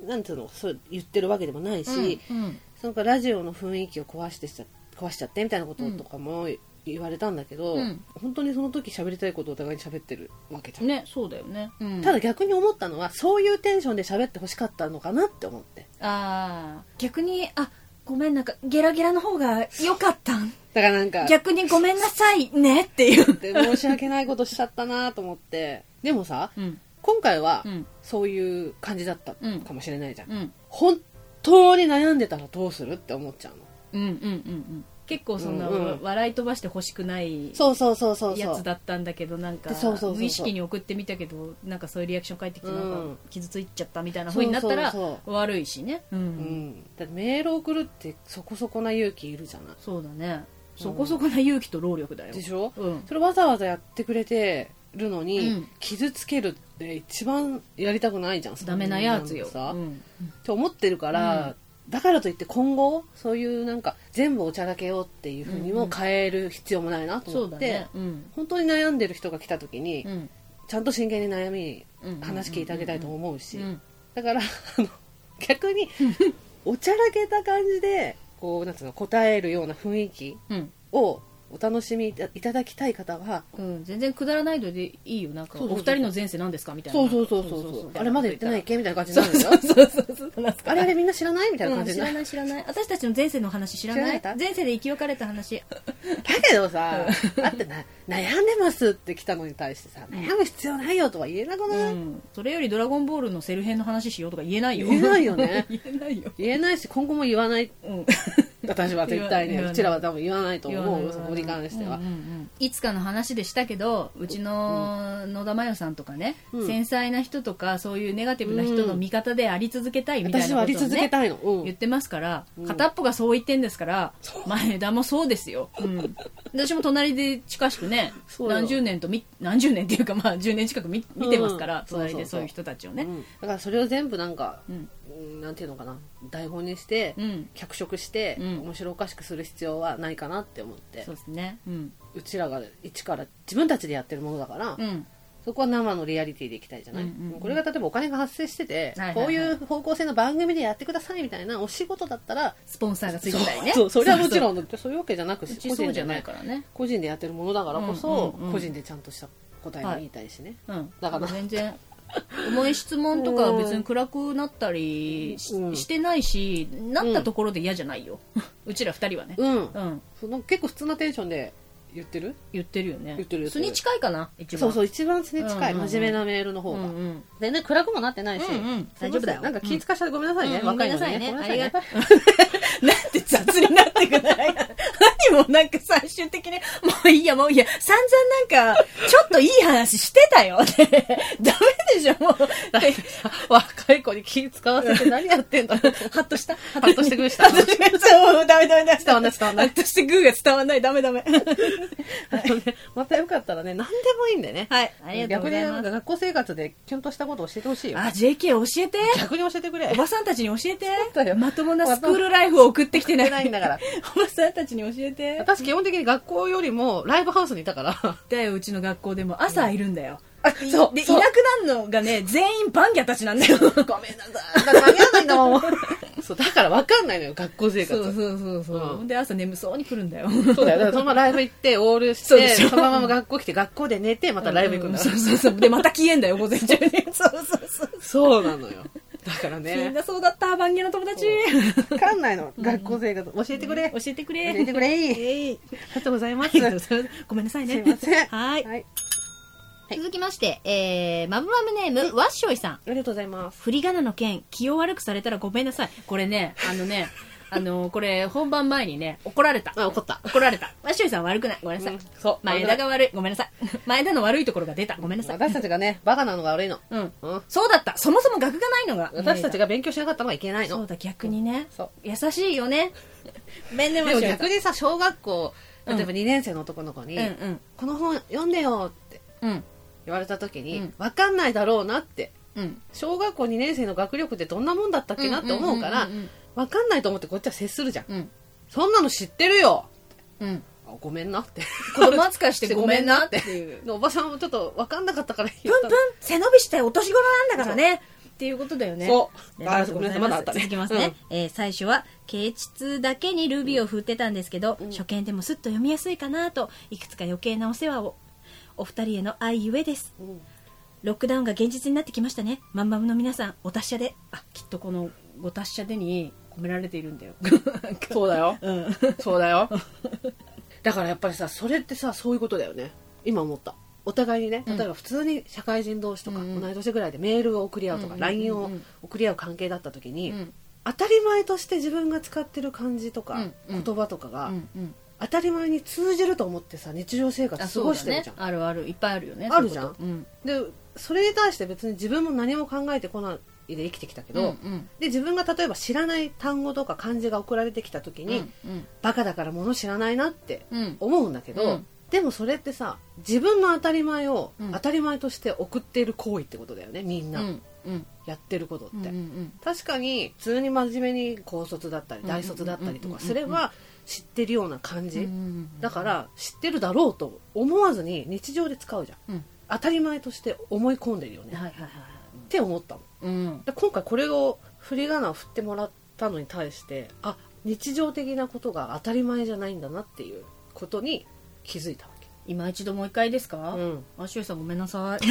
Speaker 1: なんていうのそう言ってるわけでもないし、
Speaker 2: うんうん
Speaker 1: なんかラジオの雰囲気を壊してしちゃ壊しちゃってみたいなこととかも言われたんだけど、
Speaker 2: うん
Speaker 1: 本当にその時喋りたいことをお互いに喋ってるわけじゃん、
Speaker 2: ねそうだよね、うん、
Speaker 1: ただ逆に思ったのはそういうテンションで喋ってほしかったのかなって思って
Speaker 2: あー逆にあごめんなんかゲラゲラの方が良かったん
Speaker 1: だからなんか
Speaker 2: 逆にごめんなさいねっていう、
Speaker 1: で申し訳ないことしちゃったなと思ってでもさ
Speaker 2: うん
Speaker 1: 今回は
Speaker 2: うん
Speaker 1: そういう感じだった
Speaker 2: うん
Speaker 1: かもしれないじゃん、
Speaker 2: うん、
Speaker 1: 本当に悩んでたらどうするって思っちゃうの
Speaker 2: うんうんうんうん結構そんな、
Speaker 1: うんうん
Speaker 2: 笑い飛ばしてほしくない
Speaker 1: そうそうそうそうそ
Speaker 2: や
Speaker 1: う
Speaker 2: つだったんだけどなんか
Speaker 1: でそうそうそうそう
Speaker 2: 無意識に送ってみたけどなんかそういうリアクション返ってきて
Speaker 1: う
Speaker 2: なんんか傷ついちゃったみたいな風になったら
Speaker 1: そうそう
Speaker 2: 悪いしねう
Speaker 1: うんん、だってメール送るってそこそこな勇気いるじゃない
Speaker 2: そうだねそこそこな勇気と労力だよ
Speaker 1: でしょ、
Speaker 2: うん
Speaker 1: それわざわざやってくれてるのに、
Speaker 2: うん
Speaker 1: 傷つけるって一番やりたくないじゃん
Speaker 2: ダメなやつよ
Speaker 1: そんなのさ、
Speaker 2: う
Speaker 1: っ
Speaker 2: ん
Speaker 1: て思ってるから、だからといって今後そういうなんか全部おちゃらけようっていうふうにも変える必要もないなと
Speaker 2: そ
Speaker 1: 思
Speaker 2: う
Speaker 1: って、
Speaker 2: だねうん
Speaker 1: 本当に悩んでる人が来た時に、
Speaker 2: うん
Speaker 1: ちゃんと真剣に悩みに
Speaker 2: うん
Speaker 1: 話聞いてあげたいと思うし、
Speaker 2: うん
Speaker 1: だからあの 逆におちゃらけた感じでこうなんつうの答えるような雰囲気
Speaker 2: うん
Speaker 1: をお楽しみいたいただきたい方は
Speaker 2: うん全然くだらないのでいいよなんか
Speaker 1: そ
Speaker 2: お
Speaker 1: うそう
Speaker 2: 二
Speaker 1: そう
Speaker 2: 人の前世なんですかみたいな
Speaker 1: そうそうそうそうあれまだ言ってないっけみたいな感じになるんですよ
Speaker 2: そうそうそうそう
Speaker 1: あれあれみんな知らないみたいな
Speaker 2: うん
Speaker 1: 感じ
Speaker 2: 知
Speaker 1: にな
Speaker 2: ら
Speaker 1: る、
Speaker 2: ない知らない私たちの前世の話知らな
Speaker 1: 知らないい
Speaker 2: 前世で生き別れた話
Speaker 1: だけどさだってな悩んでますって来たのに対してさ悩む必要ないよとは言えなくない、
Speaker 2: うん、それより「ドラゴンボール」のセル編の話しようとか言えないよ
Speaker 1: 言えないよね
Speaker 2: 言えないよ、
Speaker 1: 言えないし今後も言わない
Speaker 2: うん、
Speaker 1: 私は絶対
Speaker 2: 言
Speaker 1: ね
Speaker 2: わないう
Speaker 1: ちらは多分言わないと
Speaker 2: 言わな
Speaker 1: 思
Speaker 2: いう
Speaker 1: そこに関しては、
Speaker 2: うんうんうんいつかの話でしたけどうちの野田真代さんとかね、
Speaker 1: うん
Speaker 2: 繊細な人とかそういうネガティブな人の味方であり続けたいみたいな
Speaker 1: 私はあり
Speaker 2: ことを
Speaker 1: 続
Speaker 2: ね
Speaker 1: けたいの、うん
Speaker 2: 言ってますから、
Speaker 1: うん
Speaker 2: 片っぽがそう言ってんですから前田もそうですよ、うん、私も隣で近しくね
Speaker 1: そうよ
Speaker 2: 何十年とみ何十年っていうかまあ10年近く見見てますから、
Speaker 1: うん
Speaker 2: 隣で
Speaker 1: そそうそ
Speaker 2: そう
Speaker 1: う
Speaker 2: ういう人たちをね、
Speaker 1: うんだからそれを全部なんか、
Speaker 2: うん
Speaker 1: うんなんていうのかな台本にして、
Speaker 2: うん
Speaker 1: 脚色して、
Speaker 2: うん
Speaker 1: 面白おかしくする必要はないかなって思って
Speaker 2: そうですねうん
Speaker 1: うちらが一から自分たちでやってるものだから、
Speaker 2: うん
Speaker 1: そこは生のリアリティでいきたいじゃない、
Speaker 2: うんうんうん
Speaker 1: これが例えばお金が発生してて、
Speaker 2: はいはいはい
Speaker 1: こういう方向性の番組でやってくださいみたいなお仕事だったら
Speaker 2: スポンサーがついてたりね
Speaker 1: そうそうそれはもち
Speaker 2: ん
Speaker 1: ろんそういうわけじゃなく
Speaker 2: う
Speaker 1: し
Speaker 2: ちそうじゃないかららね
Speaker 1: 個人でやってるものだからこそ、
Speaker 2: うんうんうん
Speaker 1: 個人でちゃんとした答えが言いたいしね、
Speaker 2: うん、
Speaker 1: だから
Speaker 2: 全然重い質問とか別に暗くなったりし,、
Speaker 1: うん
Speaker 2: てないしなったところで嫌じゃないよ うちら二人はね、
Speaker 1: うん
Speaker 2: うん
Speaker 1: その結構普通なテンションで言ってる
Speaker 2: 言ってるよね
Speaker 1: 言ってる言って
Speaker 2: 素
Speaker 1: る
Speaker 2: に近いかな一番
Speaker 1: そうそう一番それに近い、
Speaker 2: うんうんうん
Speaker 1: 真面目なメールの方
Speaker 2: う
Speaker 1: が、
Speaker 2: んうん
Speaker 1: 全然暗くもなってないし、
Speaker 2: うんうん大丈夫だよ
Speaker 1: なんか気遣かしちゃってごめんなさいね、
Speaker 2: うん
Speaker 1: 若いのにね,、
Speaker 2: ごめんなさい
Speaker 1: ごめんな
Speaker 2: ね
Speaker 1: さいね
Speaker 2: ありが なんて雑になってくない何もなんか最終的に、もういいや、もういいや、散々なんか、ちょっといい話してたよって。 ダメでしょ、もう。 って
Speaker 1: 若い子に気使わせて何や ってんだろう。
Speaker 2: ハッとしたハ
Speaker 1: ッとしてグーした
Speaker 2: ハッとしてグーしたもうダメダメダメ。
Speaker 1: 伝わんない伝わんない
Speaker 2: ハッとしてグーが伝わんない、ダメダメ。
Speaker 1: あのねまたよかったらね、何でもいいんでね。
Speaker 2: はい、ありがとう
Speaker 1: 逆に
Speaker 2: ござい
Speaker 1: な
Speaker 2: ま
Speaker 1: んか
Speaker 2: す。
Speaker 1: 学校生活でキュンとしたことを教えてほしいよ。
Speaker 2: あ、JK 教えて。
Speaker 1: 逆に教えてくれ。
Speaker 2: おばさんたちに教え
Speaker 1: そうだ
Speaker 2: て。
Speaker 1: よ
Speaker 2: まともなスクールライフを送ってきてない。
Speaker 1: まともなってないんだから。
Speaker 2: おばさんたちに教えて。
Speaker 1: 私基本的に学校よりもライブハウスにいたから。
Speaker 2: だよ、うちの学校でも朝いるんだよ。い
Speaker 1: そう
Speaker 2: で、い
Speaker 1: そう
Speaker 2: なくなるのがね、全員バンギャたちなんだよ。
Speaker 1: ごめんなさい。だから間に合わないんだもん。 そう、だから分かんないのよ、学校生
Speaker 2: そう
Speaker 1: 活。
Speaker 2: そうそうそう。
Speaker 1: うん
Speaker 2: で、朝眠そうに来るんだよ。
Speaker 1: そうだよ。だからそのままライブ行って、オールし
Speaker 2: そうで
Speaker 1: て、
Speaker 2: しょ
Speaker 1: そのまま学校来て、学校で寝て、またライブ行くんだ
Speaker 2: そうそうそう。で、また消えんだよ、午前中に。そうそうそう。
Speaker 1: そうなのよ。だから
Speaker 2: みん
Speaker 1: ね。
Speaker 2: なそうだった、バンギャの友達。
Speaker 1: 分かんないの。学校生活。教えてくれ。
Speaker 2: 教えてくれ。
Speaker 1: 教えてくれ。あ
Speaker 2: え い
Speaker 1: りがとうございます。
Speaker 2: はいごめんなさいね。
Speaker 1: すいません
Speaker 2: はい。
Speaker 1: はい。
Speaker 2: 続きまして、えー、マブマブネーム、ワッショイさん。
Speaker 1: ありがとうございます。
Speaker 2: 振り仮名の件、気を悪くされたらごめんなさい。これね、あのね、 あの、これ、本番前にね、怒られた。
Speaker 1: あ、怒った。
Speaker 2: 怒られ た。ワッショイさん悪くない。ごめんなさい。
Speaker 1: うんそう
Speaker 2: 前田が悪い。ごめんなさい。前田の悪いところが出た。ごめんなさい。
Speaker 1: 私たちがね、バカなのが悪いの。
Speaker 2: うん。
Speaker 1: うん。
Speaker 2: そうだった。そもそも額がないのが。
Speaker 1: 私たち
Speaker 2: が。
Speaker 1: が勉強しなかったのはいけない
Speaker 2: そう
Speaker 1: の。
Speaker 2: だ、逆にね。
Speaker 1: そう
Speaker 2: 優しいよ ね。ごめんね、ワ
Speaker 1: で
Speaker 2: ッ
Speaker 1: も
Speaker 2: ショイさ
Speaker 1: 逆
Speaker 2: ん。
Speaker 1: にさ、小学校、
Speaker 2: う
Speaker 1: 例
Speaker 2: ん
Speaker 1: えば2年生の男の子に、
Speaker 2: うん
Speaker 1: この本読んでよって
Speaker 2: うん。うん。
Speaker 1: 言われた時
Speaker 2: う
Speaker 1: に
Speaker 2: ん、
Speaker 1: わかんないだろうなって。
Speaker 2: うん。
Speaker 1: 小学校2年生の学力ってどんなもんだったっけなって思うから
Speaker 2: うんうんうんうん、
Speaker 1: わかんないと思ってこっちは接するじゃん。
Speaker 2: うん。
Speaker 1: そんなの知ってるよ
Speaker 2: うん。
Speaker 1: あごめんなって。
Speaker 2: 子供扱いしてごめんなって
Speaker 1: ごめん
Speaker 2: い
Speaker 1: な
Speaker 2: う
Speaker 1: って。でおばさんもちょっとわかんなかったから
Speaker 2: プ
Speaker 1: 言っ
Speaker 2: ンプ
Speaker 1: た
Speaker 2: ン
Speaker 1: の
Speaker 2: 背伸びしてお年頃なんだからね。っていうことだよね。
Speaker 1: そう。
Speaker 2: ね
Speaker 1: あ、ごめんなさい、まだあったね。
Speaker 2: 続きますね。えー最初は、啓蟄だけにルビーを振ってたんですけど、初見でもすっと読みやすいかなと、いくつか余計なお世話を。お二人への愛ゆえです。
Speaker 1: うん。うん
Speaker 2: ロックダウンが現実になってきましたね。マンマムの皆さん、お達者で。あ、きっとこの、ご達者でに込められているんだよ。
Speaker 1: そうだよ。
Speaker 2: うん。
Speaker 1: そうだよ。だからやっぱりさ、それってさ、そういうことだよね。今思った。お互いにね、
Speaker 2: ん
Speaker 1: 例えば普通に社会人同士とか、
Speaker 2: うんうん
Speaker 1: 同い年ぐらいでメールを送り合うとか、
Speaker 2: うんうんうん
Speaker 1: LINE を送り合う関係だった時に、
Speaker 2: うん
Speaker 1: 当たり前として自分が使ってる漢字とか、
Speaker 2: うんうん
Speaker 1: 言葉とかが、
Speaker 2: うんうん。
Speaker 1: 当たり前に通じると思ってさ、日常生活過ごしてるじゃん。
Speaker 2: あるある、いっぱいあるよね。
Speaker 1: あるじゃん
Speaker 2: そういうこ
Speaker 1: で、それに対して別に自分も何も考えてこないで生きてきたけ
Speaker 2: と
Speaker 1: ど、
Speaker 2: うん。うん
Speaker 1: で自分が例えば知らない単語とか漢字が送られてきた時
Speaker 2: うん。
Speaker 1: に、バカだから物知らないなって
Speaker 2: うん。うん。
Speaker 1: 思うんだけど、
Speaker 2: うん
Speaker 1: でもそれってさ自分の当たり前を
Speaker 2: うん
Speaker 1: 当たり前として送っている行為ってことだよねみん
Speaker 2: う
Speaker 1: な、
Speaker 2: ん。うん。
Speaker 1: やってることって、
Speaker 2: うんうん
Speaker 1: 確かに普通に真面目に高卒だったり
Speaker 2: うんうんうんうん
Speaker 1: 大卒だったりとかすれば知ってるような感
Speaker 2: うんう
Speaker 1: じ、
Speaker 2: ん
Speaker 1: だから知ってるだろうと思わずに日常で使うじゃん
Speaker 2: うん。
Speaker 1: 当たり前として思い込んでるよね、
Speaker 2: はいはいはいはい。
Speaker 1: って思ったの
Speaker 2: うん。
Speaker 1: で今回これを振り仮名を振ってもらったのに対してあ日常的なことが当たり前じゃないんだなっていうことに気づいたわけ
Speaker 2: 今一度もう一回ですか
Speaker 1: うん。
Speaker 2: あ、しゅうさんごめんなさい。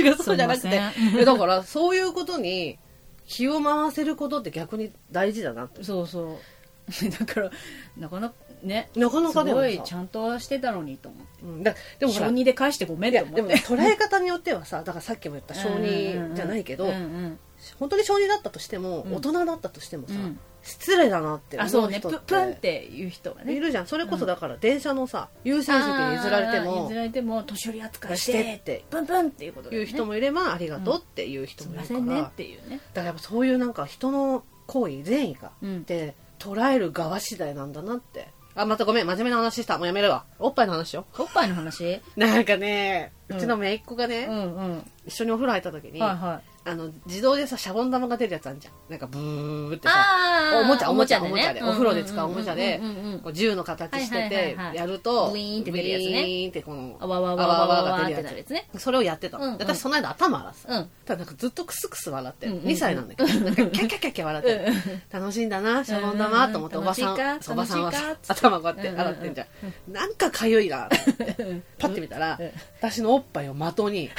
Speaker 1: 違うそうじゃなく
Speaker 2: すい
Speaker 1: て
Speaker 2: ません
Speaker 1: いやだからそういうことに気を回せることって逆に大事だなって
Speaker 2: そうそう。だから、なかなかね、
Speaker 1: なかなか
Speaker 2: す
Speaker 1: でも
Speaker 2: ごいち
Speaker 1: さ、
Speaker 2: ゃんとはしてたのにと思って。
Speaker 1: うん、だでもほら
Speaker 2: 小二で返してごめ
Speaker 1: い
Speaker 2: んと
Speaker 1: や
Speaker 2: 思っ
Speaker 1: でも
Speaker 2: て。
Speaker 1: 捉え方によってはさだからさっきも言った小児じゃないけど、
Speaker 2: うんうん
Speaker 1: 本当に小児だったとしても、
Speaker 2: うん
Speaker 1: 大人だったとしても
Speaker 2: う
Speaker 1: さ、
Speaker 2: んうん
Speaker 1: 失礼だなって
Speaker 2: あ、そ
Speaker 1: 思
Speaker 2: う
Speaker 1: う
Speaker 2: ね。
Speaker 1: 人
Speaker 2: プ
Speaker 1: って
Speaker 2: プンっていう人が
Speaker 1: い
Speaker 2: ね。
Speaker 1: るじゃんそれこそだから電車のさ優先席に譲られて
Speaker 2: あー
Speaker 1: も
Speaker 2: 譲られても、年寄り扱いし
Speaker 1: して
Speaker 2: て
Speaker 1: っ、て
Speaker 2: プンプンっていうことだ
Speaker 1: い
Speaker 2: よ
Speaker 1: う
Speaker 2: ね
Speaker 1: 人もいればありがとうっていう人
Speaker 2: すい
Speaker 1: もい
Speaker 2: ま
Speaker 1: る
Speaker 2: せ
Speaker 1: から
Speaker 2: んね
Speaker 1: だ
Speaker 2: っ
Speaker 1: か
Speaker 2: ていうね。
Speaker 1: らやっぱそういうなんか人の行為善意が
Speaker 2: うん
Speaker 1: って捉える側次第なんだなってあまたごめん真面目な話したもうやめるわおっぱいの話よ
Speaker 2: おっぱいの話
Speaker 1: なんかね
Speaker 2: う
Speaker 1: うんちの姪っ子がね、
Speaker 2: うんうん。
Speaker 1: 一緒にお風呂入った時に、
Speaker 2: はいはい。
Speaker 1: あの自動でさシャボン玉が出るやつあるじゃんなんかブーってさ
Speaker 2: あー
Speaker 1: おもちゃおもちゃお
Speaker 2: で
Speaker 1: も
Speaker 2: ね
Speaker 1: ちゃでお風呂で使うおもちゃで
Speaker 2: うんうんうんうん
Speaker 1: こう銃の形して
Speaker 2: はいはい
Speaker 1: て
Speaker 2: はいはい
Speaker 1: やると
Speaker 2: ブイーンって出るやつ
Speaker 1: ブ
Speaker 2: ね
Speaker 1: イーンってこの
Speaker 2: あわわわ
Speaker 1: あ
Speaker 2: わ
Speaker 1: わ
Speaker 2: わ
Speaker 1: わ
Speaker 2: わ
Speaker 1: わ
Speaker 2: っ
Speaker 1: が出
Speaker 2: て
Speaker 1: るや
Speaker 2: なるやつね。
Speaker 1: つそれをやってたの、
Speaker 2: うんうん
Speaker 1: 私その間頭洗ってた、
Speaker 2: うん。
Speaker 1: ただなんかずっとクスクス笑ってる、
Speaker 2: うんうんうん
Speaker 1: 2歳なんだけどなんかキャッキャッキャッキャ笑ってる、楽しいんだなシャボン玉と思って
Speaker 2: う
Speaker 1: お
Speaker 2: んうんう
Speaker 1: ば
Speaker 2: ん
Speaker 1: さん
Speaker 2: 楽しいか
Speaker 1: おばさんは
Speaker 2: 楽しいか
Speaker 1: 頭こうやって洗ってんじゃん、なんかかゆいなと思ってパッて見たら、
Speaker 2: うんうん
Speaker 1: 私のおっぱいを的にね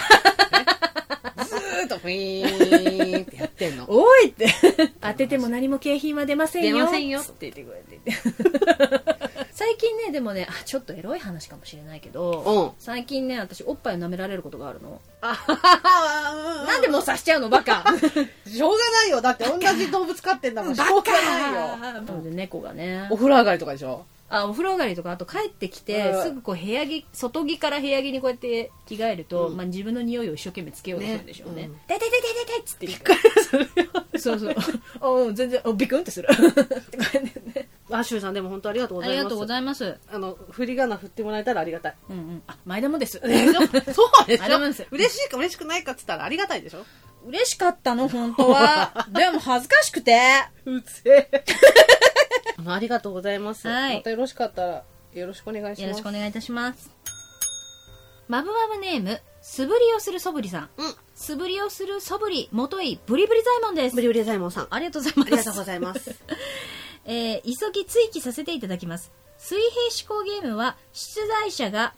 Speaker 1: ずーっとフィーンってやってんの
Speaker 2: おいって 当てても何も景品は出ませんよ
Speaker 1: 出ませんよ
Speaker 2: つって言ってくれて 最最近ねでもねあちょっとエロい話かもしれないけど
Speaker 1: うん
Speaker 2: 最近ね私おっぱいを舐められることがあるの
Speaker 1: あははは
Speaker 2: なんでもう刺しちゃうのバ カ
Speaker 3: しょうがないよ。だって同じ動物飼ってんだもん。しょうがないよ。
Speaker 2: なので猫がね
Speaker 1: お風呂上がりとかでしょ
Speaker 2: あお風呂上がりとかあと帰ってきて
Speaker 1: うん
Speaker 2: すぐこう部屋着外着から部屋着にこうやって着替えると、まあ、自分の匂いを一生懸命つけようとするんでしょうね
Speaker 1: ねう
Speaker 2: 「痛い痛い痛い痛い痛いっつってびっくりするそうそうあうん全然あビクンって する
Speaker 1: あしゅうさんでも本当ありがとうご
Speaker 2: あ
Speaker 1: ざい
Speaker 2: り
Speaker 1: ます
Speaker 2: がとうございます、
Speaker 1: あの振り仮名振ってもらえたらありがたい
Speaker 2: うんうん、あ前田も で す
Speaker 1: そうでし
Speaker 2: ありがとうございます
Speaker 1: ょ嬉しいか嬉しくないかっつったらありがたいでしょ
Speaker 2: 嬉しかったの本当 はでも恥ずかしくて
Speaker 1: うぜえ ありがとうございます、
Speaker 2: はい
Speaker 1: またよろしかったらよろしくお願いします
Speaker 2: よろしくお願いいたしますマブマブネーム素振りをするそぶりさん、
Speaker 3: うん
Speaker 2: 素振りをするそぶりもといブリブリ左衛門です
Speaker 3: ブリブリザイモンさん。あ
Speaker 2: ありがとうございます
Speaker 3: りがとうございます。
Speaker 2: えー急ぎ追記させていただきます。水平思考ゲームは、出題者が、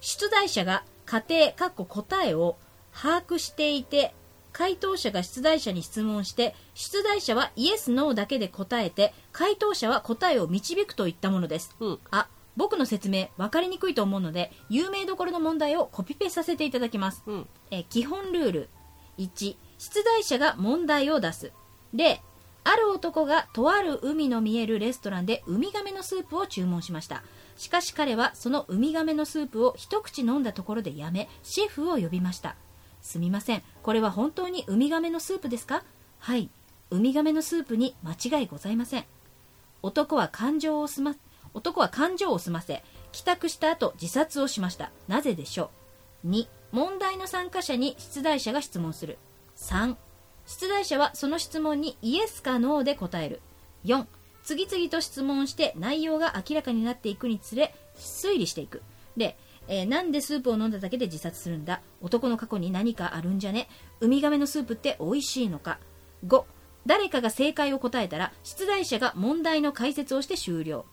Speaker 2: 出題者が仮定、かっこ答えを把握していて、回答者が出題者に質問して、出題者はイエス・ノーだけで答えて、回答者は答えを導くといったものです。
Speaker 1: うん
Speaker 2: あ、僕の説明、わかりにくいと思うので、有名どころの問題をコピペさせていただきます。
Speaker 1: うん
Speaker 2: えー基本ルール1出題者が問題を出す0ある男がとある海の見えるレストランでウミガメのスープを注文しましたしかし彼はそのウミガメのスープを一口飲んだところでやめシェフを呼びましたすみませんこれは本当にウミガメのスープですかはいウミガメのスープに間違いございません男は感情をすま男は感情を済ませ帰宅した後自殺をしましたなぜでしょう2問題の参加者に出題者が質問する3出題者はその質問にイエスかノーで答える4次々と質問して内容が明らかになっていくにつれ推理していくで、えーなんでスープを飲んだだけで自殺するんだ男の過去に何かあるんじゃねウミガメのスープって美味しいのか5誰かが正解を答えたら出題者が問題の解説をして終了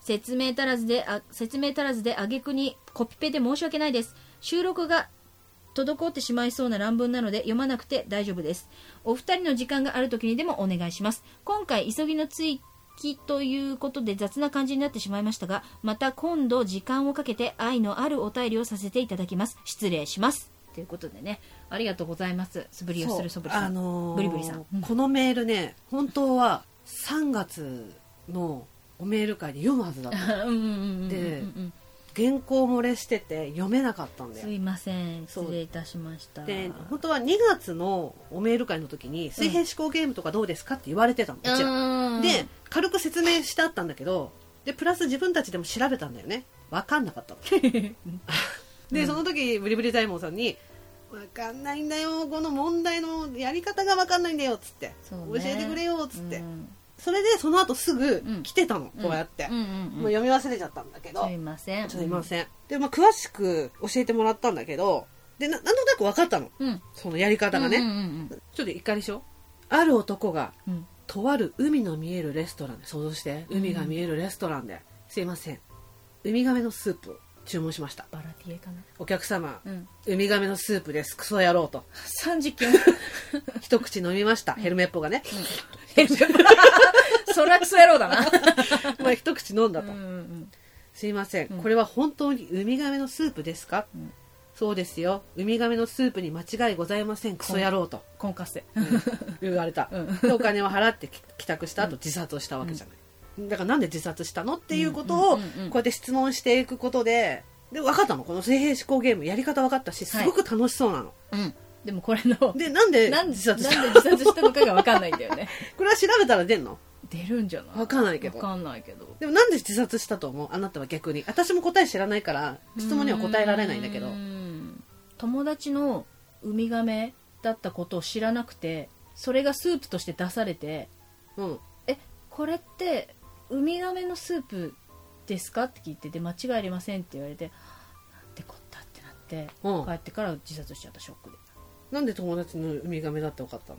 Speaker 2: 説明足らずであ説明足らずで挙句にコピペで申し訳ないです収録が滞ってしまいそうな乱文なので読まなくて大丈夫ですお二人の時間がある時にでもお願いします今回急ぎの追記ということで雑な感じになってしまいましたがまた今度時間をかけて愛のあるお便りをさせていただきます失礼しますということでねありがとうございます素振りをする素振りさん、
Speaker 1: あのー
Speaker 2: ブリブリさんうん
Speaker 1: このメールね本当は3月のおメール会で読むはずだった
Speaker 2: うんうんうんうん
Speaker 1: で
Speaker 2: うん
Speaker 1: 原稿漏れしてて読めなかったんだ
Speaker 2: す
Speaker 1: よ
Speaker 2: いません
Speaker 1: そう
Speaker 2: 失礼いたしました
Speaker 1: で本当は2月のおメール会の時に水平思考ゲームとかどうですかって言われてたのうちら
Speaker 2: うん
Speaker 1: で軽く説明してあったんだけどでプラス自分たちでも調べたんだよね分かんなかったの でその時ブリブリ大門さんに「分かんないんだよこの問題のやり方が分かんないんだよ」っつって、
Speaker 2: そう
Speaker 1: 教
Speaker 2: ね
Speaker 1: えてくれよ」っつって、
Speaker 2: うん
Speaker 1: それでその後すぐ
Speaker 2: うん
Speaker 1: 来てたの、こうやって、
Speaker 2: うんうんうん
Speaker 1: もう読み忘れちゃったんだけど、
Speaker 2: すいません
Speaker 1: すいませんで、まあ、詳しく教えてもらったんだけどでななんとなく分かったの
Speaker 2: うん
Speaker 1: そのやり方がね、
Speaker 2: うんうん
Speaker 1: ちょっと一回でしょある男が
Speaker 2: うんうん
Speaker 1: とある海の見えるレストランで想像して
Speaker 2: うん
Speaker 1: 海が見えるレストランで、すいませんウミガメのスープを注文しました
Speaker 2: バラティエかな
Speaker 1: お客様、
Speaker 2: うん
Speaker 1: ウミガメのスープですクソ野郎 と
Speaker 2: 三十件
Speaker 1: 一口飲みましたヘルメッポがね、
Speaker 2: それはクソ野郎だな
Speaker 1: まあ一口飲んだ
Speaker 2: う
Speaker 1: と、
Speaker 2: んうん
Speaker 1: すいません、
Speaker 2: うん
Speaker 1: これは本当にウミガメのスープですか、
Speaker 2: うん
Speaker 1: そうですよウミガメのスープに間違いございませんクソ野郎と
Speaker 2: コンカッセ
Speaker 1: 言われた、
Speaker 2: うん
Speaker 1: でお金を払ってき帰宅した後自殺をしたわけじゃない、だからなんで自殺したのっていうことをこ
Speaker 2: うんうんうんうん
Speaker 1: うやって質問していくことでで分かったのこの水平思考ゲームやり方分かったしすごく楽しそうなの、
Speaker 2: うんでもこれの
Speaker 1: でなんで
Speaker 2: なんで
Speaker 1: 自殺した
Speaker 2: な
Speaker 1: の
Speaker 2: んで自殺したのかがわかんないんだよね
Speaker 1: これは調べたら出んの
Speaker 2: 出るんじゃない
Speaker 1: わかんないけど
Speaker 2: わかんないけど
Speaker 1: でもなんで自殺したと思うあなたは逆に私も答え知らないから質問には答えられないんだけど
Speaker 2: うん友達のウミガメだったことを知らなくてそれがスープとして出されて
Speaker 1: うん
Speaker 2: えこれってウミガメのスープですかって聞いてで間違いありませんって言われてなんてこったってなって、
Speaker 1: うん
Speaker 2: 帰ってから自殺しちゃったショックで
Speaker 1: なんで友達のウミガメだって分かったの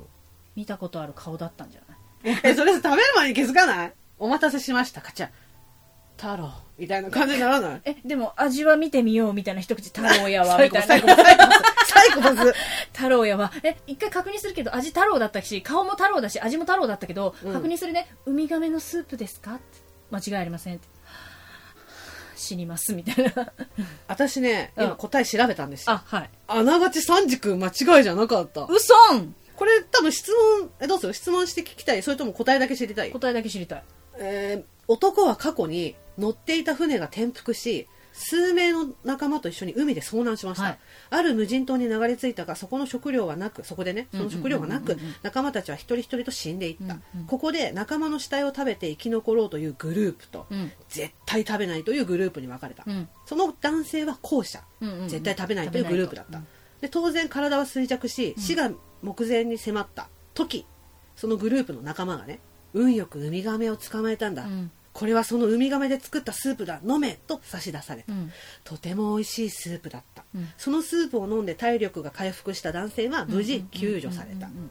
Speaker 2: 見たことある顔だったんじゃない
Speaker 1: えそれ食べる前に気づかないお待たせしましたカチャ太郎みたいな感じにならない
Speaker 2: えでも味は見てみようみたいな一口太郎やわ
Speaker 1: サイ
Speaker 2: み
Speaker 1: コ
Speaker 2: た
Speaker 1: パ
Speaker 2: い
Speaker 1: ス
Speaker 2: な
Speaker 1: サイコパスサイコパスサイコパ ス
Speaker 2: 太郎やわえ一回確認するけど味太郎だったし顔も太郎だし味も太郎だったけど、
Speaker 1: うん
Speaker 2: 確認するねウミガメのスープですかって間違いありませんって死にますみたいな
Speaker 1: 私ね、今
Speaker 2: うん
Speaker 1: 答え調べたんですよ。
Speaker 2: あ はい
Speaker 1: あながちサンジ君間違いじゃなかった。
Speaker 2: うそん
Speaker 1: これ多分質問、え、どうする質問して聞きたいそれとも答えだけ知りたい
Speaker 2: 答えだけ知りたい
Speaker 1: えー男は過去に乗っていた船が転覆し数名の仲間と一緒に海で遭難しました、
Speaker 2: はい
Speaker 1: ある無人島に流れ着いたがそこの食料はなくそこでねその食料がな
Speaker 2: う
Speaker 1: く
Speaker 2: んうんうんうん
Speaker 1: 仲間たちは一人一人と死んでいった、
Speaker 2: うんうん
Speaker 1: ここで仲間の死体を食べて生き残ろうというグループと、
Speaker 2: うん
Speaker 1: 絶対食べないというグループに分かれた、
Speaker 2: うん
Speaker 1: その男性は後者、
Speaker 2: うんうんうん
Speaker 1: 絶対食べないというグループだった、
Speaker 2: 食べない
Speaker 1: で当然体は衰弱し死が目前に迫った時そのグループの仲間がね運よくウミガメを捕まえたんだ、
Speaker 2: うん
Speaker 1: これはそのウミガメで作ったスープだ飲めと差し出された、
Speaker 2: うん
Speaker 1: とても美味しいスープだった、
Speaker 2: うん
Speaker 1: そのスープを飲んで体力が回復した男性は無事救助された、
Speaker 2: うん